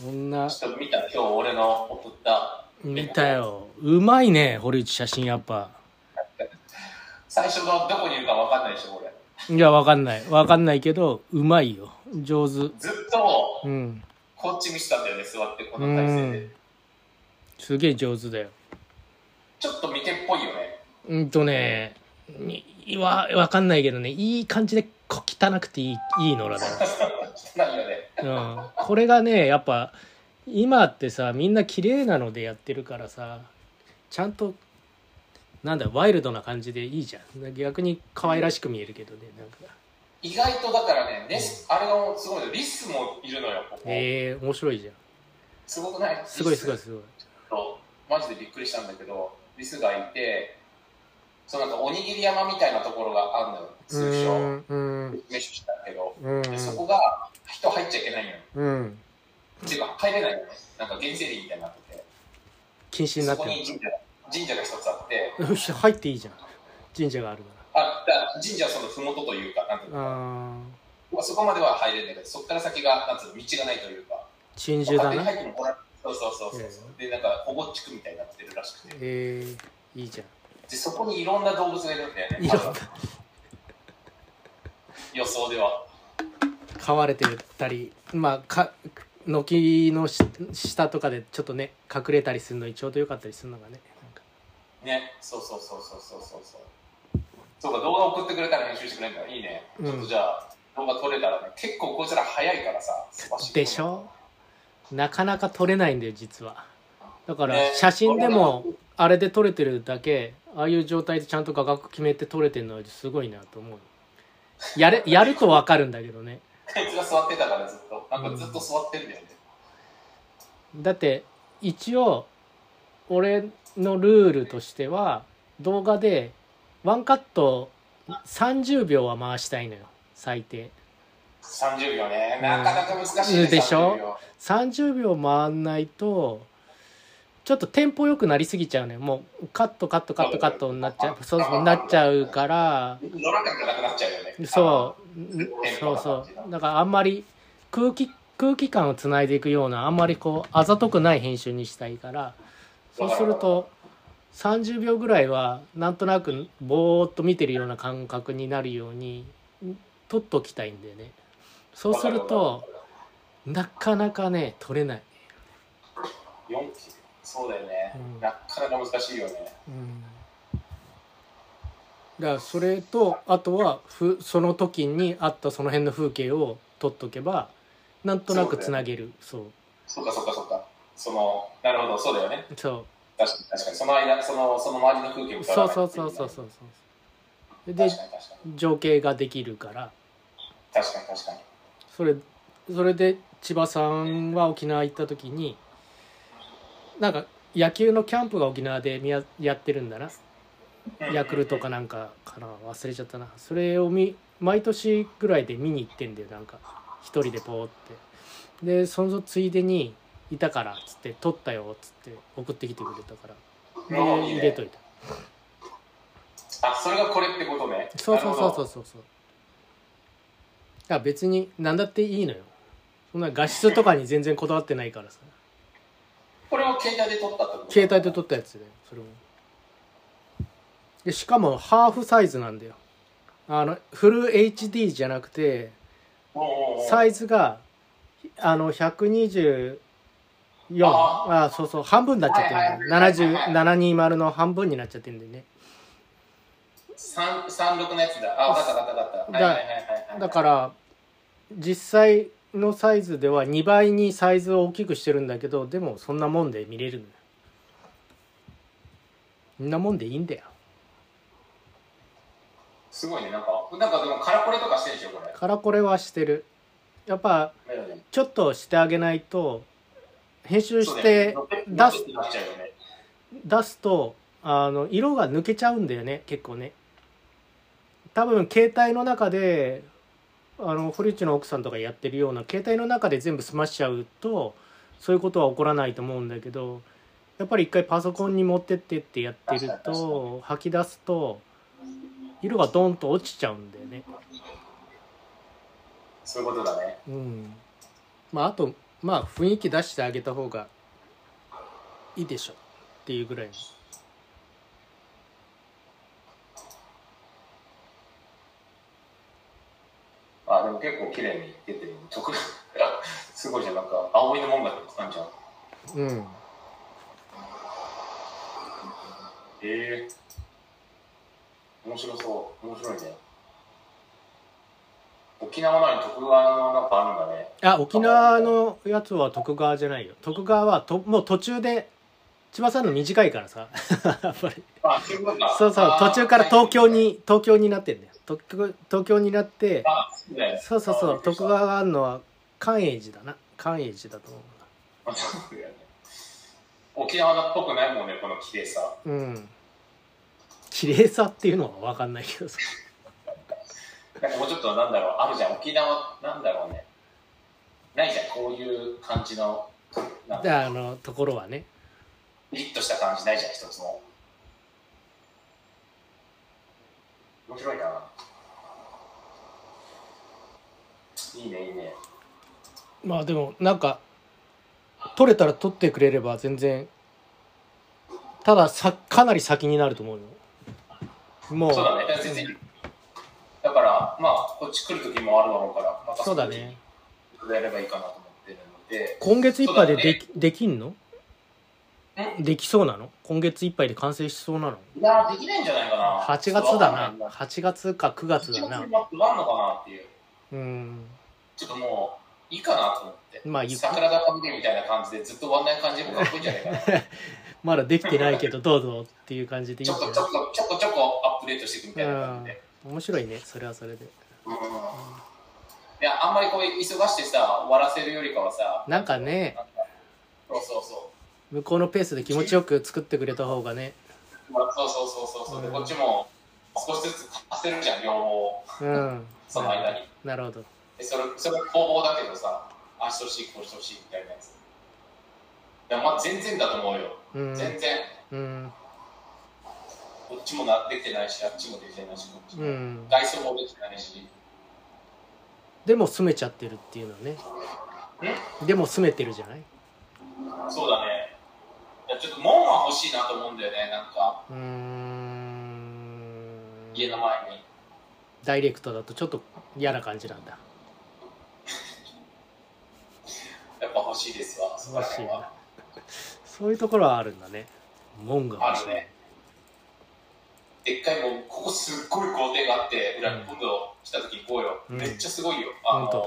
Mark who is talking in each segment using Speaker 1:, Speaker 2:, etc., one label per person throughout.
Speaker 1: そんな
Speaker 2: ちょっと見た今日俺の送った
Speaker 1: 見たようまいね堀内写真やっぱ
Speaker 2: 最初のどこにいるか分かんないでしょこれ
Speaker 1: いやわかんないわかんないけどうまいよ上手
Speaker 2: ずっと
Speaker 1: うん
Speaker 2: こっち見てたんだよね座ってこ
Speaker 1: う
Speaker 2: の体勢で、
Speaker 1: んすげえ上手だよ
Speaker 2: ちょっと見てっぽいよね
Speaker 1: うんとねにわわかんないけどねいい感じでこ汚くていいいい野良だよ
Speaker 2: 汚いよね
Speaker 1: うん、これがねやっぱ今ってさみんな綺麗なのでやってるからさちゃんとなんだワイルドな感じでいいじゃん逆に可愛らしく見えるけどねなんか
Speaker 2: 意外とだからね、ネスあれのすごいのリスもいるのよここ、
Speaker 1: えー、面白いじゃん
Speaker 2: すごくない
Speaker 1: すごいすごい
Speaker 2: リス
Speaker 1: すごい
Speaker 2: とマジでびっくりしたんだけどリスがいてそのなんかおにぎり山みたいなところがあるのよ通称
Speaker 1: んうん
Speaker 2: メッシュしたけど
Speaker 1: うん
Speaker 2: でそこが人入っちゃいけないのよ
Speaker 1: うん
Speaker 2: っていうか入れないのねなんか原生林みたいになってて
Speaker 1: 禁止にな
Speaker 2: そ
Speaker 1: って
Speaker 2: こに神社神社が一つあって
Speaker 1: るよし入っていいじゃん神社があるか
Speaker 2: あだ神社はその麓というかなんていう
Speaker 1: ら
Speaker 2: の
Speaker 1: あ
Speaker 2: まあそこまでは入れないけどそこから先がなんつうの道がないというか
Speaker 1: ー珍獣
Speaker 2: 勝
Speaker 1: だ
Speaker 2: 手に
Speaker 1: な
Speaker 2: 入っても来られそうそうそうそうそうでなんか保護地区みたいになってるらしくて
Speaker 1: えー、いいじ ゃん
Speaker 2: でそこにいろんな動物がいるんだよね
Speaker 1: いろん
Speaker 2: 多
Speaker 1: な
Speaker 2: 分予想では
Speaker 1: 飼われてたりまあか軒のし下とかでちょっとね隠れたりするのにちょうどよかったりするのがねなんか
Speaker 2: ねそうそうそうそうそうそうそうそうか動画送ってくれたら編集してくれるんだいいね、
Speaker 1: うん
Speaker 2: ちょっとじゃあ動画撮れたらね結構こいつら早いからさ
Speaker 1: でしょなかなか撮れないんだよ実はだから
Speaker 2: ね
Speaker 1: 写真でもあれで撮れてるだけああいう状態でちゃんと画角決めて撮れてるのはすごいなと思うやれやるとわかるんだけどね
Speaker 2: こいつが座ってたからずっとなんかずっと座ってんだよね、
Speaker 1: だって一応俺のルールとしては動画でワンカット30秒は回したいのよ最低
Speaker 2: 30秒ねなかなか難しい、
Speaker 1: う
Speaker 2: ね、
Speaker 1: んでしょ
Speaker 2: 30秒
Speaker 1: 30秒回んないとちょっとテンポ良くなりすぎちゃうねもうカットカットカットカットになっちゃうそうそうなっちゃうから
Speaker 2: 乗らなくなくなっちゃうよね
Speaker 1: そううんそうそうだからあんまり空気空気感をつないでいくようなあんまりこうあざとくない編集にしたいからそうすると30秒ぐらいはなんとなくぼーっと見てるような感覚になるように撮っときたいんだよねそうするとなかなかね撮れない、
Speaker 2: 4期そうだよね、
Speaker 1: うん
Speaker 2: なかなか難しいよね
Speaker 1: うん、だからそれとあとはふその時にあったその辺の風景を撮っとけばなんとなくつなげるそう
Speaker 2: そっかそっかそっかそのなるほどそうだよね
Speaker 1: そう
Speaker 2: 確かに確かにその間そのその周りの風景も撮
Speaker 1: そ
Speaker 2: ら
Speaker 1: う
Speaker 2: な
Speaker 1: そう
Speaker 2: くてい
Speaker 1: そ
Speaker 2: いん
Speaker 1: うそう
Speaker 2: だ
Speaker 1: そうそうで
Speaker 2: 確かに確かに
Speaker 1: 情景ができるから
Speaker 2: 確かに確かに
Speaker 1: それそれで千葉さんは沖縄行った時になんか野球のキャンプが沖縄でみややってるんだな
Speaker 2: うん
Speaker 1: ヤクルトかなんかかな忘れちゃったなそれをみ毎年ぐらいで見に行ってんだよなんか一人でポーってでそのついでに「いたから」っつって「撮ったよ」っつって送ってきてくれたからで
Speaker 2: おーいいね
Speaker 1: 入れといた
Speaker 2: あそれがこれってことね
Speaker 1: そうそうそうそううそうそうあ別に何だっていいのよそんな画質とかに全然こだわってないからさ
Speaker 2: これを携帯で撮ったってこと
Speaker 1: 携帯で撮
Speaker 2: っ
Speaker 1: ったやつでそれもでしかもハーフサイズなんだよあのフル HD じゃなくてサ
Speaker 2: イ
Speaker 1: イズがあの124
Speaker 2: あ
Speaker 1: あそうそう半分になっちゃってるんだよ70 720の半分になっちゃってるんだよね
Speaker 2: ズ36のやつだあわかったわかったわかったはいはいはいはいはい
Speaker 1: だから実際のサイズでは2倍にサイズを大きくしてるんだけどでもそんなもんで見れるのよそんなもんでいいんだよ
Speaker 2: すごいねなんかなんかでもカラコレとかしてるでしょこれ
Speaker 1: カラコレはしてるやっぱ
Speaker 2: メロディー
Speaker 1: ちょっとしてあげないと編集
Speaker 2: そう
Speaker 1: し
Speaker 2: だよね
Speaker 1: て
Speaker 2: 乗って
Speaker 1: 出す
Speaker 2: 乗ってなっちゃうよね
Speaker 1: 出すとあの色が抜けちゃうんだよね結構ね多分携帯の中であの堀内の奥さんとかやってるような携帯の中で全部済ましちゃうとそういうことは起こらないと思うんだけどやっぱり一回パソコンに持ってってってやってる
Speaker 2: 確かに確
Speaker 1: と吐き出すと色がドンと落ちちゃうんだよね
Speaker 2: そういうことだね。
Speaker 1: うんまああとまあ雰囲気出してあげた方がいいでしょっていうぐらいの
Speaker 2: あ、でも結構綺麗に 出てる。直すごいじゃん。なんか、葵の門があんじゃん。
Speaker 1: うん
Speaker 2: ええ面白そう。面白いね。沖縄なのに徳川のなんかあるんだね。
Speaker 1: あ沖縄のやつは徳川じゃないよ徳川はともう途中で千葉さんの短いからさやっぱり
Speaker 2: あ、そういうことか。
Speaker 1: そうそう
Speaker 2: あー
Speaker 1: 途中から東京。に東京になってんだよと東京になって
Speaker 2: あ、そうだよね
Speaker 1: そうそうそ
Speaker 2: あ
Speaker 1: う徳川があるのは寛永寺だな寛永寺だと思
Speaker 2: あそうだよね 沖縄っぽくないもんね、この綺麗さ。
Speaker 1: うなうん綺麗さっていうのは分かんないけどさ
Speaker 2: なんかもうちょっとなんだろう、あるじゃん。沖縄、なんだろうね。ないじゃん、こういう感じの、なん
Speaker 1: で
Speaker 2: か、
Speaker 1: あのところはね
Speaker 2: ピリッとした感じないじゃん、一つも。面白いな。いいね、いいね。
Speaker 1: まあでもなんか取れたら取ってくれれば全然たださかなり先になると思うよもう
Speaker 2: そうだね、だから全然。だから、まあ、こっち来る時もあるだろうから、また
Speaker 1: そうだね。
Speaker 2: やればいいかなと思ってるので、
Speaker 1: 今月いっぱいででき,、
Speaker 2: そ
Speaker 1: できんのできそうなの今月いっぱいで完成しそうなの
Speaker 2: いやー、できないんじゃないかな。
Speaker 1: 8月だ
Speaker 2: ち
Speaker 1: な
Speaker 2: ょっ
Speaker 1: 8月か9
Speaker 2: と
Speaker 1: 月
Speaker 2: わか
Speaker 1: だ
Speaker 2: んな
Speaker 1: な
Speaker 2: いな。8月になってあんのかなっていう。
Speaker 1: うん
Speaker 2: ちょっともう、いいかなと思って。
Speaker 1: まあゆっ
Speaker 2: 桜田見るみたいな感じでずっと終わんない感じもかっこいいんじゃないかな。
Speaker 1: まだできてないけどどうぞっていう感じでいい
Speaker 2: ち
Speaker 1: ん
Speaker 2: ょ
Speaker 1: じ
Speaker 2: こ
Speaker 1: ゃ
Speaker 2: ちょ
Speaker 1: な
Speaker 2: こちょこちょこアップデートしていくみたいな感じで。
Speaker 1: い面白いねそれはそれで
Speaker 2: うんいや、あんまりこう急がしてさ、終わらせるよりかはさ、
Speaker 1: なんかね
Speaker 2: なんかそうそうそ
Speaker 1: 向こうのペースで気持ちよく作ってくれた方がね
Speaker 2: う。そうそうそうそうそう。で
Speaker 1: うん
Speaker 2: こっちも少しずつ貸せるじゃん、両方。
Speaker 1: うん
Speaker 2: その間に。
Speaker 1: なるほど
Speaker 2: でそれ、それ工房だけどさ、ああしてほしい、こうしてほしいみたいなやつ。いや、まあ全然だと思うよ。
Speaker 1: うん
Speaker 2: 全然。
Speaker 1: うん
Speaker 2: こっちもなできてないし、あっちもできてないし、こっち
Speaker 1: う
Speaker 2: も。
Speaker 1: ん
Speaker 2: 外装もできてないし。
Speaker 1: でも住めちゃってるっていうのはねでも住めてるじゃない
Speaker 2: そうだね。いや、ちょっと門は欲しいなと思うんだよね、なんか、
Speaker 1: うーん
Speaker 2: 家の前に。
Speaker 1: ダイレクトだとちょっと嫌な感じなんだ
Speaker 2: やっぱ欲しいですわ、そこ
Speaker 1: 欲
Speaker 2: ら
Speaker 1: しい
Speaker 2: 辺
Speaker 1: な
Speaker 2: は。
Speaker 1: そういうところはあるんだね門が
Speaker 2: あ
Speaker 1: 欲し
Speaker 2: る
Speaker 1: い、
Speaker 2: ね。でっかいもん、ここすっごい工程があって、裏に今度来た時行こうよ。
Speaker 1: うん
Speaker 2: めっちゃすごいよ。あ
Speaker 1: ほんと
Speaker 2: の、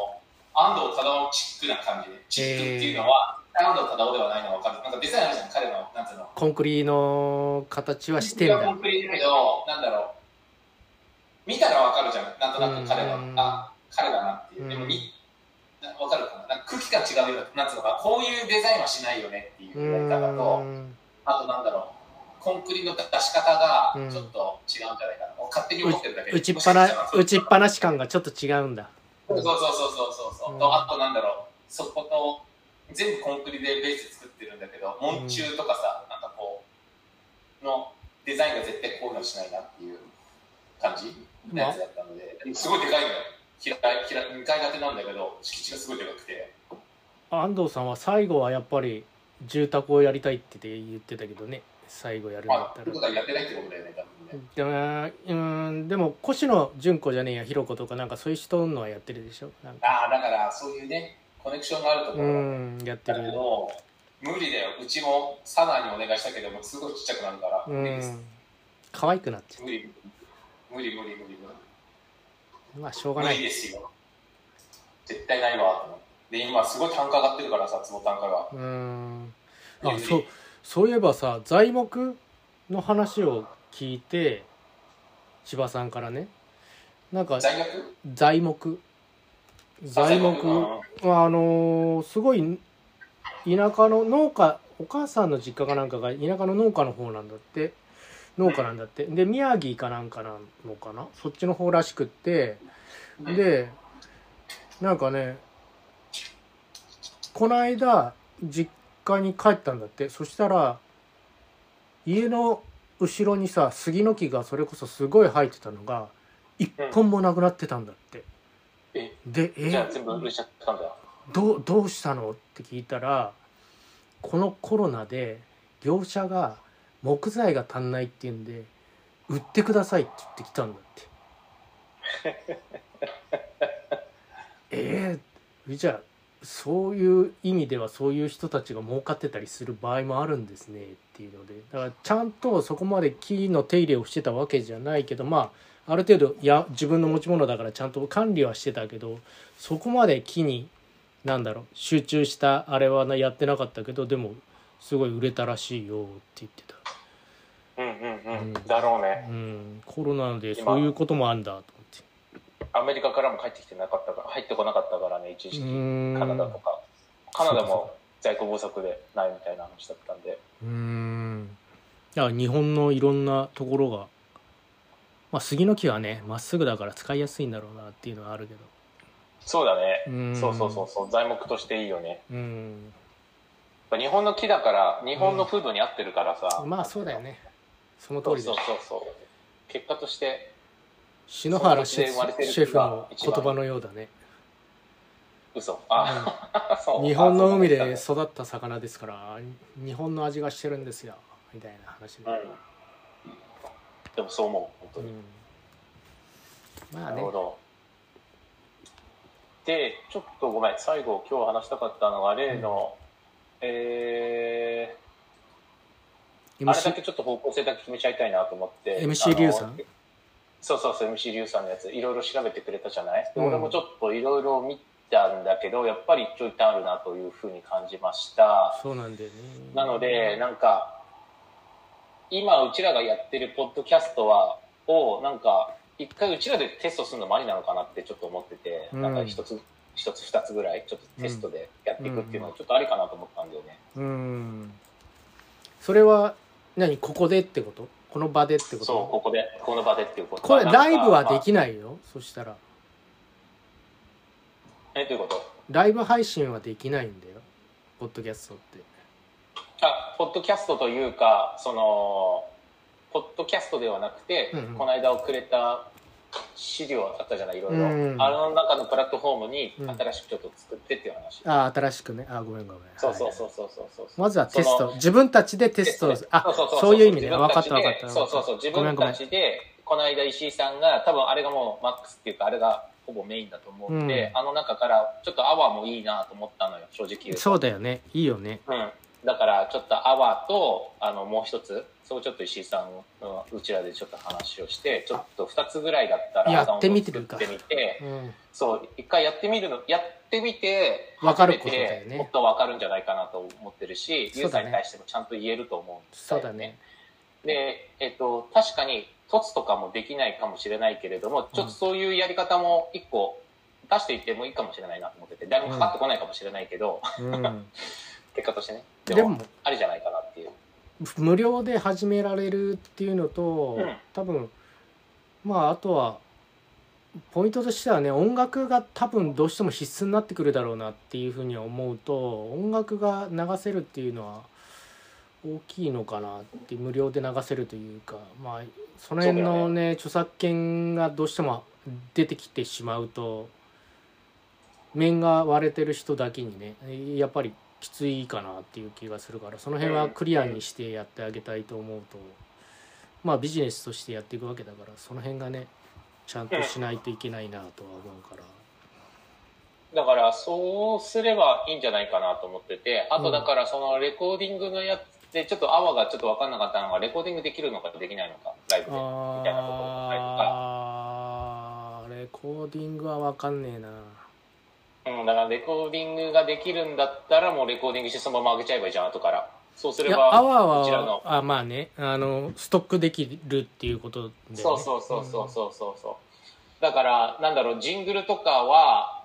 Speaker 2: 安藤忠雄チックな感じで。チックっていうのは、安藤忠雄ではないのが分かる。なんかデザインあるじゃん、彼の、なんつうの。
Speaker 1: コンクリの形はしてんだ
Speaker 2: コンプリートだけど、なんだろう。見たらわかるじゃん、なんとなく彼は
Speaker 1: うん、
Speaker 2: あ、彼だなっていう。でも、み、なわかるかななんか空気感違うような、なんつうのか、こういうデザインはしないよねっていう
Speaker 1: う
Speaker 2: やり方
Speaker 1: ー
Speaker 2: と、
Speaker 1: ん
Speaker 2: あとなんだろう、コンクリの出し方が
Speaker 1: うん
Speaker 2: ちょっと違うんじゃないかな。もう勝手に思ってるだけで。
Speaker 1: 打ちっぱな
Speaker 2: も
Speaker 1: 打
Speaker 2: し
Speaker 1: ちっぱなし感がちょっと違うんだ
Speaker 2: かしたらそうそうそうそうそうそう。
Speaker 1: うん
Speaker 2: とあとなんだろう、そこと、全部コンクリでベース作ってるんだけど、門柱とかさ、なんかこう、のデザインが絶対こういうのしないなっていう感じのやつだったので、すごいでかいのよ。平い平い2階建てなんだけど、敷地がすごいでかくて。
Speaker 1: 安藤さんは最後はやっぱり住宅をやりたいって言ってたけどね最後やるんだ
Speaker 2: ま
Speaker 1: っ
Speaker 2: あ、
Speaker 1: た
Speaker 2: と
Speaker 1: ら
Speaker 2: いうことはやってないってことだよね、多分ね。
Speaker 1: でもうーんでも越野純子じゃねえやひろ子とかなんかそういう人のはやってるでしょなんか
Speaker 2: ああ、だからそういうね、コネクションがあるとこ
Speaker 1: う
Speaker 2: ろは
Speaker 1: んやって
Speaker 2: だ
Speaker 1: る
Speaker 2: けど、無理だよ。うちもサナーにお願いしたけども、すごいちっちゃくなるから、
Speaker 1: う
Speaker 2: 無理です
Speaker 1: ん可愛くなっちゃ
Speaker 2: 無理、無理、無理、無理、無理
Speaker 1: うまあしょうが
Speaker 2: 無
Speaker 1: な
Speaker 2: 理
Speaker 1: い
Speaker 2: ですよ。絶対ないわ、と思って。で、今すごい単価上がってるからさ、坪単価が。
Speaker 1: うーん
Speaker 2: 無理
Speaker 1: あそうそういえばさ材木の話を聞いて千葉さんからねなんか
Speaker 2: 在学
Speaker 1: 材木材木あのーすごい田舎の農家お母さんの実家かなんかが田舎の農家の方なんだって農家なんだってで宮城かなんかなのかなそっちの方らしくってでなんかねこの間実家に帰ったんだってそしたら家の後ろにさ杉の木がそれこそすごい生えてたのが一本もなくなってたんだって。
Speaker 2: え、
Speaker 1: で「え
Speaker 2: じゃあ全部売れちゃったんだよ。
Speaker 1: どうどうしたの?」って聞いたらこのコロナで業者が木材が足んないっていうんで売ってくださいって言ってきたんだってええじゃあそういう意味ではそういう人たちが儲かってたりする場合もあるんですねっていうのでだからちゃんとそこまで木の手入れをしてたわけじゃないけどまあある程度や自分の持ち物だからちゃんと管理はしてたけどそこまで木になんだろう集中したあれはなやってなかったけどでもすごい売れたらしいよって言って
Speaker 2: うんう
Speaker 1: う
Speaker 2: ん
Speaker 1: ん
Speaker 2: だろう
Speaker 1: た、
Speaker 2: ね。
Speaker 1: うん、コロナでそういうこともあんだと思って
Speaker 2: アメリカからも帰ってきてなかったから、入ってこなかったからね、一時
Speaker 1: う
Speaker 2: 期。
Speaker 1: ーん
Speaker 2: カナダとか。カナダも在庫不足でないみたいな話だったんで。
Speaker 1: うーんだから日本のいろんなところが、まあ、杉の木はねまっすぐだから使いやすいんだろうなっていうのはあるけど
Speaker 2: そうだ
Speaker 1: う
Speaker 2: ね。
Speaker 1: ーん
Speaker 2: そうそうそうそう。材木としていいよね。
Speaker 1: うーん
Speaker 2: やっぱ日本の木だから、日本の風土に合ってるからさ。
Speaker 1: まあそうだよ。ねその通
Speaker 2: そ
Speaker 1: り
Speaker 2: う
Speaker 1: です
Speaker 2: そうそうそう。結果として、
Speaker 1: 篠原シェ
Speaker 2: そうそう
Speaker 1: シェフの言葉のようだね
Speaker 2: 嘘。あ、 そう。
Speaker 1: 日本の海
Speaker 2: あ
Speaker 1: で育った魚ですから日本の味がしてるんですよみたいな話で、
Speaker 2: でもそう思う本当に、
Speaker 1: うんまあ
Speaker 2: な
Speaker 1: ね
Speaker 2: るほどでちょっとごめん最後今日話したかったのが例の、えー、あれだ
Speaker 1: MC,
Speaker 2: けちょっと方向性だけ決めちゃいたいなと思ってあ
Speaker 1: MC
Speaker 2: の
Speaker 1: リュウさん
Speaker 2: そうそうそう MC リュウさんのやついろいろ調べてくれたじゃない、で
Speaker 1: うん
Speaker 2: 俺もちょっといろいろ見たんだけどやっぱり一長一短あるなというふうに感じました
Speaker 1: そうなんだよね
Speaker 2: なので、なんか、今、うちらがやってるポッドキャストは、を、なんか、一回うちらでテストするのもありなのかなってちょっと思ってて、
Speaker 1: うん
Speaker 2: なんか一つ、一つ二つぐらい、ちょっとテストでやっていくっていうのはちょっとありかなと思ったんだよね。
Speaker 1: うんそれは何ここでってことこの場でってこと
Speaker 2: そう、ここで、この場でっていうこと。
Speaker 1: これ
Speaker 2: なんか
Speaker 1: ライブはで
Speaker 2: ま
Speaker 1: きないよそしたら
Speaker 2: あえ、ということ
Speaker 1: ライブ配信はできないんだよポッドキャストって
Speaker 2: あ、ポッドキャストというか、その、ポッドキャストではなくて、
Speaker 1: うんうん
Speaker 2: この間をくれた資料あったじゃない、いろいろ。
Speaker 1: うん
Speaker 2: あの中のプラットフォームに
Speaker 1: うん
Speaker 2: 新しくちょっと作ってっていう話。
Speaker 1: あ新しくねあごめんごめん
Speaker 2: そうそう
Speaker 1: は
Speaker 2: そうそうそうそう。
Speaker 1: いまずはテス
Speaker 2: その
Speaker 1: ト自分たちでテストをあそういう意味ね分かった分かった
Speaker 2: そうそうそう。自
Speaker 1: ごめん
Speaker 2: 分
Speaker 1: ごめ
Speaker 2: た
Speaker 1: ん
Speaker 2: ちで、この間石井さんが、多分あれがもうマックスっていうか、あれがほぼメインだと思うんで、
Speaker 1: うん
Speaker 2: あの中から、ちょっとアワーもいいなと思ったのよ、正直言うと。
Speaker 1: そうだよねいいよね
Speaker 2: うん。だから、ちょっとアワーと、あの、もう一つ、そうちょっと石井さんの、うちらでちょっと話をして、ちょっと二つぐらいだったら、
Speaker 1: やってみてるか
Speaker 2: アカウント作ってみて、
Speaker 1: うん
Speaker 2: そう、一回やってみるの、やってみて、
Speaker 1: わかることだよね
Speaker 2: 初めてもっとわかるんじゃないかなと思ってるし、ユ
Speaker 1: そ
Speaker 2: ー
Speaker 1: う
Speaker 2: ザ
Speaker 1: だね
Speaker 2: ーに対してもちゃんと言えると思うんです
Speaker 1: そ
Speaker 2: よ
Speaker 1: うだね。
Speaker 2: で、えっと、確かに、凸とかもできないかもしれないけれども、ちょっとそういうやり方も一個出していってもいいかもしれないなと思ってて、誰もかかってこないかもしれないけど、
Speaker 1: うん
Speaker 2: 結果としてね。
Speaker 1: でも
Speaker 2: ありじゃないかなっていう。
Speaker 1: 無料で始められるっていうのと、
Speaker 2: うん
Speaker 1: 多分まああとはポイントとしてはね音楽が多分どうしても必須になってくるだろうなっていうふうには思うと音楽が流せるっていうのは大きいのかなって無料で流せるというかまあその辺の
Speaker 2: そう
Speaker 1: ね著作権がどうしても出てきてしまうと面が割れてる人だけにねやっぱりきついかなっていう気がするからその辺はクリアにしてやってあげたいと思うとまあビジネスとしてやっていくわけだからその辺がねちゃんとしないといけないなとは思うから
Speaker 2: だから、そうすればいいんじゃないかなと思ってて、あとだから、そのレコーディングのやつで、ちょっとアワがちょっと分かんなかったのが、レコーディングできるのかできないのか、ライブで。みたいなところだったりとか。
Speaker 1: あー レコーディングは分かんねえな
Speaker 2: うん、だからレコーディングができるんだったら、もうレコーディングしてそのまま上げちゃえばいいじゃん、後から。そうす
Speaker 1: い
Speaker 2: れ
Speaker 1: や
Speaker 2: ば、
Speaker 1: アワ
Speaker 2: こち
Speaker 1: ー
Speaker 2: ら
Speaker 1: は
Speaker 2: の。
Speaker 1: あまあねあのストックできるっていうことで、ね、
Speaker 2: そうそうそうそうそうそうそう。だから、なんだろう、ジングルとかは、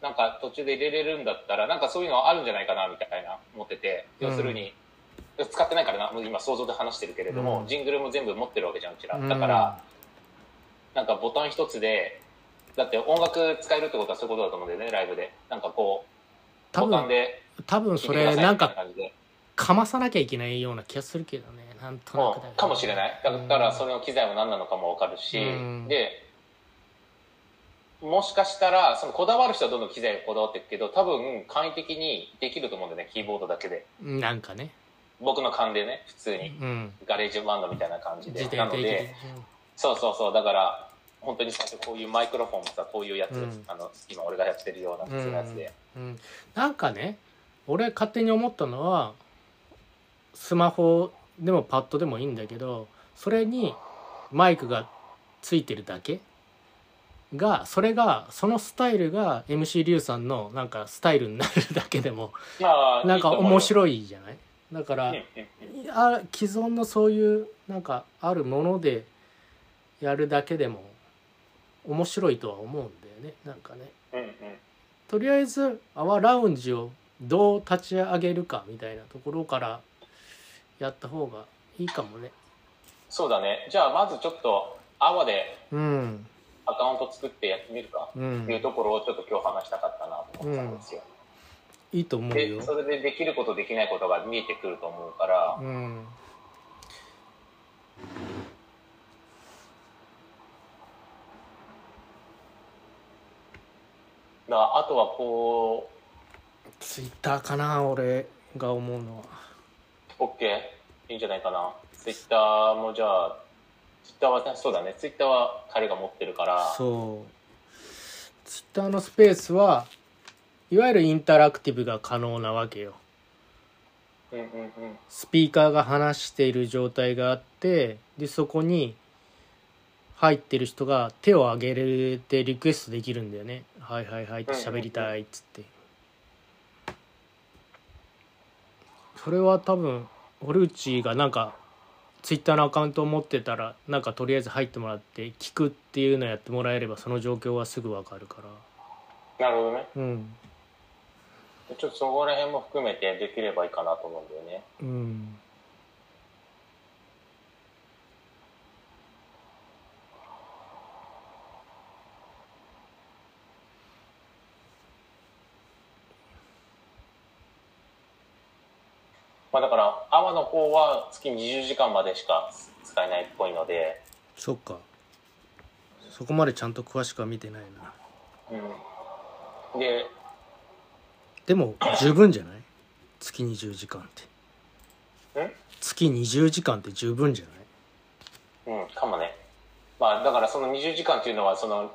Speaker 2: なんか途中で入れれるんだったら、なんかそういうのあるんじゃないかな、みたいな思ってて、要するに、使ってないからな、もう今想像で話してるけれども、
Speaker 1: うん
Speaker 2: ジングルも全部持ってるわけじゃん、うちら。
Speaker 1: うん
Speaker 2: だから、なんかボタン一つで、だって音楽使えるってことはそういうことだと思うんだよね、ライブで。なんかこう、
Speaker 1: 多
Speaker 2: ボタン
Speaker 1: 分
Speaker 2: で
Speaker 1: 多分
Speaker 2: 聞い
Speaker 1: そ
Speaker 2: てくだ
Speaker 1: れ
Speaker 2: さい
Speaker 1: なん
Speaker 2: みたいな
Speaker 1: か
Speaker 2: 感じで。
Speaker 1: かまさなきゃいけないような気がするけどねなんとなくだけど
Speaker 2: かもしれないだから
Speaker 1: うん
Speaker 2: それの機材も何なのかも分かるし、
Speaker 1: うん
Speaker 2: でもしかしたらそのこだわる人はどんどん機材にこだわっていくけど多分簡易的にできると思うんだよねキーボードだけで
Speaker 1: なんかね
Speaker 2: 僕の勘でね普通
Speaker 1: う
Speaker 2: に
Speaker 1: ん
Speaker 2: ガレージバンドみたいな感じで
Speaker 1: 自
Speaker 2: な
Speaker 1: 転
Speaker 2: の
Speaker 1: 的に
Speaker 2: でそうそうそうだから本当に最初こういうマイクロフォンもさこういうやつ、
Speaker 1: うん
Speaker 2: あの今俺がやってるような普通のやつで、
Speaker 1: うんうん、なんかね俺勝手に思ったのはスマホでもパッドでもいいんだけどそれにマイクがついてるだけがそれがそのスタイルが MC リュウさんのなんかスタイルになるだけでも
Speaker 2: まあ
Speaker 1: なんか面
Speaker 2: い
Speaker 1: 白いじゃないだから、
Speaker 2: と思うようんうんうん
Speaker 1: あ既存のそういうなんかあるものでやるだけでも面白いとは思うんだよねなんかね
Speaker 2: うんうん
Speaker 1: とりあえずアワーラウンジをどう立ち上げるかみたいなところからやった方がいいかもね
Speaker 2: そうだねじゃあまずちょっとアワで
Speaker 1: うん
Speaker 2: アカウント作ってやってみるか
Speaker 1: う
Speaker 2: っていうんところをちょっと今日話したかったなと思ったんですよ、
Speaker 1: いいと思う
Speaker 2: で
Speaker 1: よ
Speaker 2: それでできることできないことが見えてくると思うから、
Speaker 1: うん
Speaker 2: だからあとはこ
Speaker 1: ツイッターかな俺が思うのは
Speaker 2: う OK いいんじゃないかなツイッターもじゃあツイッターはそうだねツイッターは彼が持ってるから
Speaker 1: そうツイッターのスペースはいわゆるインタラクティブが可能なわけよ
Speaker 2: うんうんうん
Speaker 1: スピーカーが話している状態があってでそこに入ってる人が手を挙げれてリクエストできるんだよね「はいはいはい」って喋りたいっつってそれは多分堀内がなんかツイッターのアカウントを持ってたらなんかとりあえず入ってもらって聞くっていうのやってもらえればその状況はすぐわかるから
Speaker 2: なるほどね
Speaker 1: うん
Speaker 2: ちょっとそこら辺も含めてできればいいかなと思うんだよね
Speaker 1: うん
Speaker 2: まあだからアワの方は月20時間までしか使えないっぽいので
Speaker 1: そっかそこまでちゃんと詳しくは見てないな
Speaker 2: うんで
Speaker 1: でも十分じゃない月20時間って
Speaker 2: うん
Speaker 1: 月20時間って十分じゃない
Speaker 2: うん、かもね。まあ、だからその20時間っていうのは、その、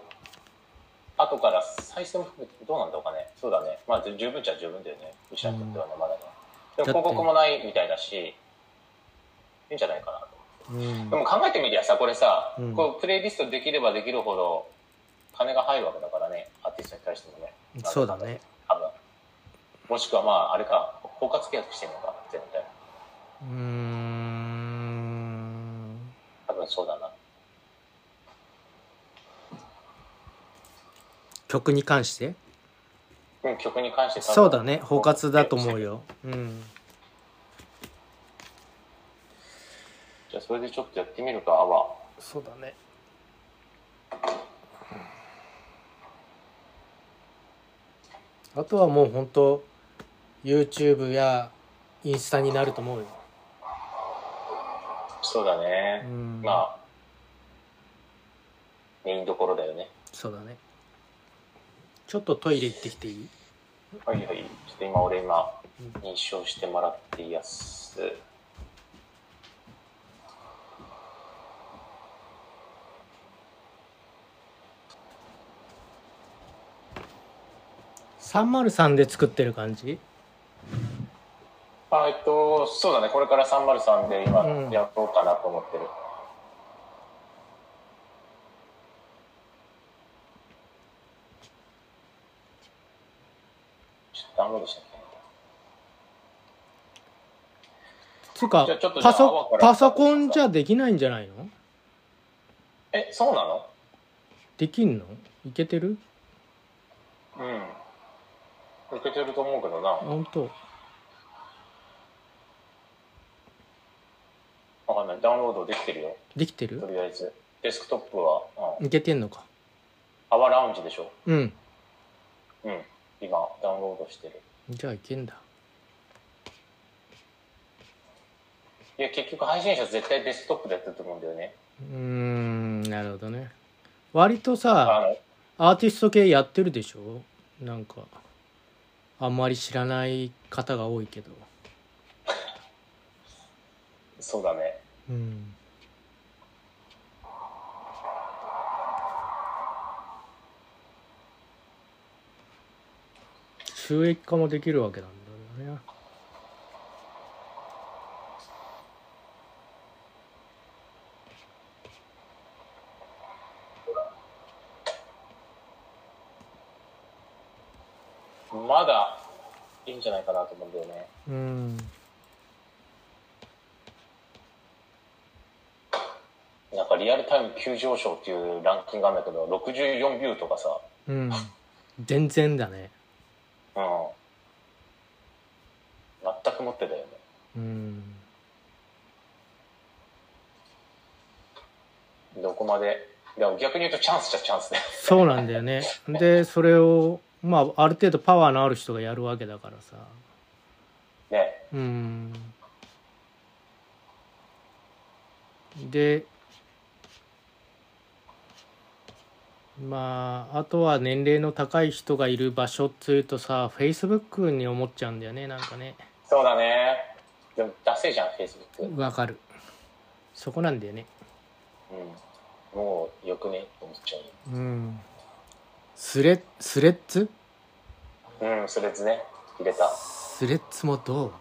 Speaker 2: 後から再生も含めてどうなんだろうかね。そうだね。まあ、十分っちゃ十分だよね。うちらにとってはね、まだね。でも広告もないみたいだし、いいんじゃないかなと。
Speaker 1: うん
Speaker 2: でも考えてみりゃさ、これさ、
Speaker 1: うん
Speaker 2: こう、プレイリストできればできるほど、金が入るわけだからね、アーティストに対してもね。
Speaker 1: そうだね。
Speaker 2: 多分。もしくはまあ、あれか、包括契約してるのか、絶対。
Speaker 1: うーん
Speaker 2: 多分そうだな。
Speaker 1: 曲に関して
Speaker 2: うん、曲に関して多分
Speaker 1: そうだね包括だと思うようん
Speaker 2: じゃあそれでちょっとやってみるか、アワ。
Speaker 1: そうだねあとはもう本当 YouTube やインスタになると思うよ
Speaker 2: そうだ
Speaker 1: う
Speaker 2: ね。
Speaker 1: ん
Speaker 2: まあ、メインどころだよね。
Speaker 1: そうだねちょっとトイレ行ってきていい
Speaker 2: はいはい。ちょっと今俺今
Speaker 1: うん、
Speaker 2: 認証してもらっていやっす。
Speaker 1: 303で作ってる感じ
Speaker 2: あえっと、そうだね。これから303で今
Speaker 1: うん
Speaker 2: やろうかなと思ってる。ちょっとダウンロードしなきゃいけない。
Speaker 1: つうか
Speaker 2: じゃあちょっとじゃあ
Speaker 1: パソ
Speaker 2: 泡から
Speaker 1: パソコンじゃできないんじゃないの
Speaker 2: え、そうなの
Speaker 1: できんのいけてる
Speaker 2: うん。いけてると思うけどな
Speaker 1: あ。本当
Speaker 2: わかんない。ダウンロードできてるよ。
Speaker 1: できて
Speaker 2: と
Speaker 1: る
Speaker 2: りあえず。デスクトップは、うん。
Speaker 1: いけてんのか
Speaker 2: アワーラウンジでしょ。
Speaker 1: うん
Speaker 2: うん。今、ダウンロードしてる。
Speaker 1: じゃあいけんだ
Speaker 2: いや、結局配信者絶対デスクトップでやってると思うんだよね。
Speaker 1: うーんなるほどね割とさ
Speaker 2: あの、
Speaker 1: アーティスト系やってるでしょなんかあんまり知らない方が多いけど
Speaker 2: そうだね
Speaker 1: うん収益化もできるわけなんだよね
Speaker 2: まだいいんじゃないかなと思うんだよね
Speaker 1: うん
Speaker 2: なんかリアルタイム急上昇っていうランキングあるんだけど64ビューとかさ
Speaker 1: うん全然だね
Speaker 2: うん全く持ってたよね
Speaker 1: うん
Speaker 2: どこまででも逆に言うとチャンスじゃチャンスだよ
Speaker 1: そうなんだよねでそれをまあある程度パワーのある人がやるわけだからさ
Speaker 2: ね
Speaker 1: うんでまああとは年齢の高い人がいる場所っていうとさフェイスブックに思っちゃうんだよねなんかね
Speaker 2: そうだねでもダセえじゃんフェイスブック
Speaker 1: わかるそこなんだよね
Speaker 2: うんもうよくねって思っちゃ
Speaker 1: うんスレスレッズ
Speaker 2: うようんそれですね入れたうん
Speaker 1: スレッズもどう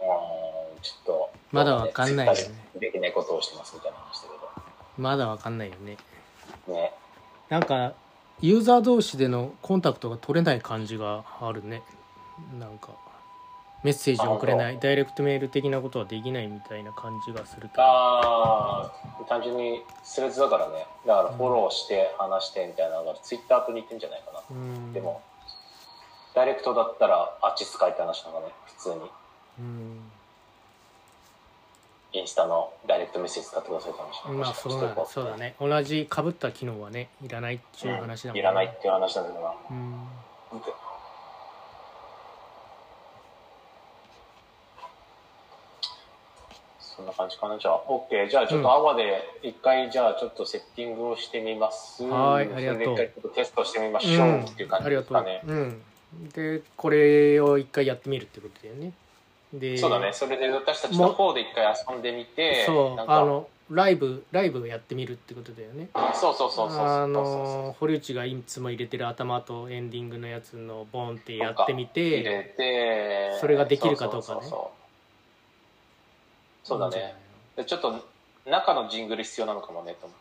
Speaker 2: ちょっと
Speaker 1: まだわかんないよね
Speaker 2: 絶対できないことをしてますみたいな話だ
Speaker 1: まだわかんないよね
Speaker 2: けどね
Speaker 1: なんかユーザー同士でのコンタクトが取れない感じがあるねなんかメッセージ送れな
Speaker 2: あ
Speaker 1: いダイレクトメール的なことはできないみたいな感じがするけど
Speaker 2: ああ単純にスレッズだからねだからフォローして話してみたいなのがツイッターと似てんじゃないかな、
Speaker 1: うん
Speaker 2: でもダイレクトだったらあっち使いって話なのね普通に
Speaker 1: うん
Speaker 2: インスタのダイレクトメッセージ使ってくださいって話
Speaker 1: まあそうだそうだね同じかぶった機能はねいらないっていう話だもんね
Speaker 2: いらないっていう話なんだけどな
Speaker 1: うん
Speaker 2: そんな感じかなじゃあ OK じゃあちょっとアワで一回じゃあちょっとセッティングをしてみます、
Speaker 1: はいありがとう
Speaker 2: それで一回ちょっとテストしてみまし
Speaker 1: う
Speaker 2: ょ
Speaker 1: ん
Speaker 2: うっていう感
Speaker 1: あ
Speaker 2: じ
Speaker 1: り
Speaker 2: で
Speaker 1: が
Speaker 2: す
Speaker 1: とう
Speaker 2: かね、
Speaker 1: うんでこれを一回やってみるってことだよねで
Speaker 2: そうだねそれで私たちの方で一回遊んでみて
Speaker 1: そう
Speaker 2: なんか
Speaker 1: あのライブライブやってみるってことだよね
Speaker 2: そうそうそうそうそう
Speaker 1: あ
Speaker 2: そう
Speaker 1: の堀内がいつも入れてる頭とエンディングのやつのボンってやってみ
Speaker 2: 入
Speaker 1: て
Speaker 2: れて
Speaker 1: それができるかどうかね
Speaker 2: そうそうそうそうそうだねでちょっと中のジングル必要なのかもねと思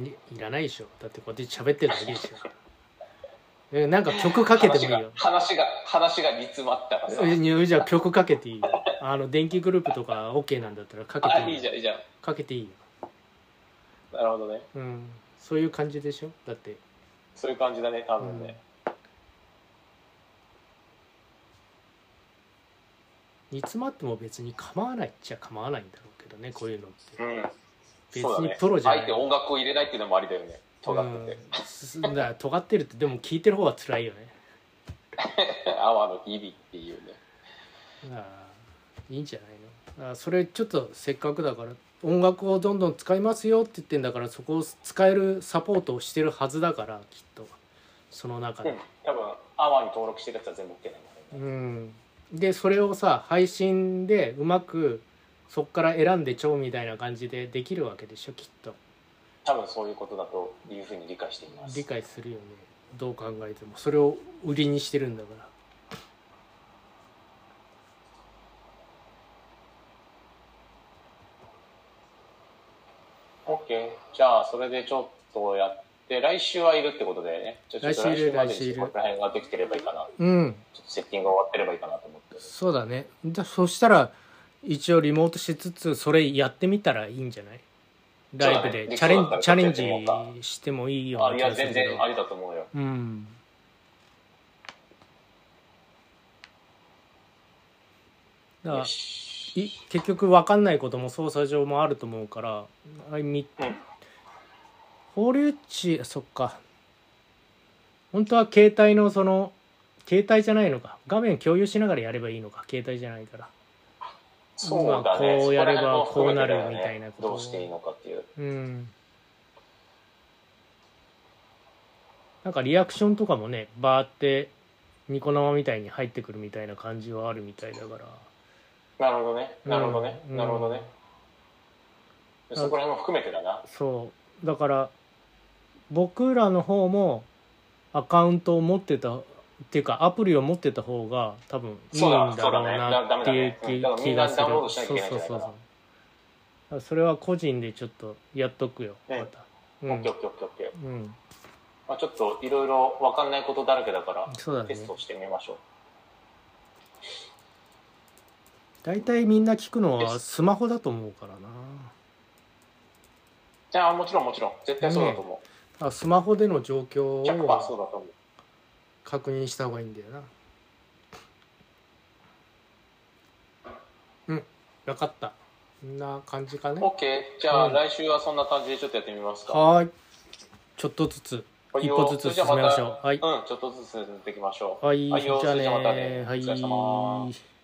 Speaker 2: って
Speaker 1: いいらないでしょだってこうやって喋ってるだけでしょ えなんか曲かけてもいいよ
Speaker 2: 話が話が話が煮詰まったらさ
Speaker 1: えいやじゃあ曲かけていいよあの電気グループとか OK なんだったらかけ
Speaker 2: あ
Speaker 1: てい
Speaker 2: い
Speaker 1: い
Speaker 2: いじゃんいいじゃん
Speaker 1: かけていいよ、
Speaker 2: なるほどね
Speaker 1: うん、そういう感じでしょだって
Speaker 2: そういう感じだね多分ね、
Speaker 1: 煮詰まっても別に構わないっちゃ構わないんだろうけどねこういうのって
Speaker 2: うん
Speaker 1: 別
Speaker 2: そうだ
Speaker 1: に
Speaker 2: ね
Speaker 1: プロじゃない
Speaker 2: あえて音楽を入れないっていうのもありだよね尖ってて、
Speaker 1: うん、だから尖ってるってでも聞いてる方は辛いよね
Speaker 2: アワの意味っていうね
Speaker 1: あーいいんじゃないのだからそれちょっとせっかくだから音楽をどんどん使いますよって言ってんだからそこを使えるサポートをしてるはずだからきっとその中
Speaker 2: う
Speaker 1: で
Speaker 2: ん、多分アワに登録してるやつは全部 OK なんだよね
Speaker 1: うんでそれをさ配信でうまくそっから選んでちょうみたいな感じでできるわけでしょきっと
Speaker 2: 多分そういうことだというふうに理解しています
Speaker 1: 理解するよねどう考えてもそれを売りにしてるんだから
Speaker 2: オッケーじゃあそれでちょっとやって来週はいるってことだよねじゃあちょっと
Speaker 1: 来
Speaker 2: 来
Speaker 1: 週いる
Speaker 2: 週までに
Speaker 1: 来週いる
Speaker 2: そこら辺ができてればいいかな
Speaker 1: うん
Speaker 2: ちょっとセッティングが終わってればいいかなと思って
Speaker 1: そうだねだそしたら一応リモートしつつそれやってみたらいいんじゃないライブ
Speaker 2: そうだ
Speaker 1: で
Speaker 2: ね
Speaker 1: チャレン
Speaker 2: リモートだっ
Speaker 1: チャ
Speaker 2: たら
Speaker 1: レ
Speaker 2: や
Speaker 1: ン
Speaker 2: ってみようか
Speaker 1: ジしてもいいよう
Speaker 2: あ
Speaker 1: ない気が
Speaker 2: や
Speaker 1: する
Speaker 2: 全
Speaker 1: けど
Speaker 2: 然ありだと思うよ
Speaker 1: うんだから
Speaker 2: よし
Speaker 1: い結局分かんないことも操作上もあると思うからあいみ
Speaker 2: うん
Speaker 1: 堀内そっか本当は携帯のその携帯じゃないのか画面共有しながらやればいいのか携帯じゃないから
Speaker 2: そうだ
Speaker 1: ま
Speaker 2: ね
Speaker 1: あこうやれば
Speaker 2: そこら辺も含めてだよ
Speaker 1: こうなる
Speaker 2: ね
Speaker 1: みたいなこと
Speaker 2: どうしていいのかっていう
Speaker 1: うんなんかリアクションとかもねバーってニコ生みたいに入ってくるみたいな感じはあるみたいだから
Speaker 2: なるほどねなるほどね、
Speaker 1: うん
Speaker 2: なるほどね、
Speaker 1: ん
Speaker 2: そこら辺も含めてだな
Speaker 1: そうだから僕らの方もアカウントを持ってたっていうかアプリを持ってた方が多分いいんだろうなっていう
Speaker 2: そうだそう
Speaker 1: 気
Speaker 2: だねだダメだね
Speaker 1: 気がする
Speaker 2: うんだからみんなダウンロードしなきゃいけないんじゃないか
Speaker 1: そうそうそうそ
Speaker 2: な
Speaker 1: うだからそれは個人でちょっとやっとくよ
Speaker 2: ね
Speaker 1: また、う
Speaker 2: オッ
Speaker 1: ん
Speaker 2: ケーオッケーオッケーオッケー
Speaker 1: うん、
Speaker 2: まあ、ちょっといろいろ分かんないことだらけだから
Speaker 1: そうだね
Speaker 2: テストしてみましょう
Speaker 1: 大体みんな聞くのはスマホだと思うからな
Speaker 2: じゃあもちろんもちろん絶対そうだと思
Speaker 1: あスマホでの状況
Speaker 2: う、100%そうだ
Speaker 1: を
Speaker 2: と思う
Speaker 1: 確認した方がいいんだよなうん分かったこんな感じかね
Speaker 2: OK じゃあ
Speaker 1: うん
Speaker 2: 来週はそんな感じでちょっとやってみますか、
Speaker 1: はーい。ちょっとずつ、
Speaker 2: はい
Speaker 1: 一
Speaker 2: よ
Speaker 1: 歩ずつ進めましょう。はい。
Speaker 2: うんちょっとずつ進んでいきましょう
Speaker 1: はい。
Speaker 2: はいよ
Speaker 1: じゃあね
Speaker 2: それじゃあまたね
Speaker 1: は
Speaker 2: お疲れ様
Speaker 1: い。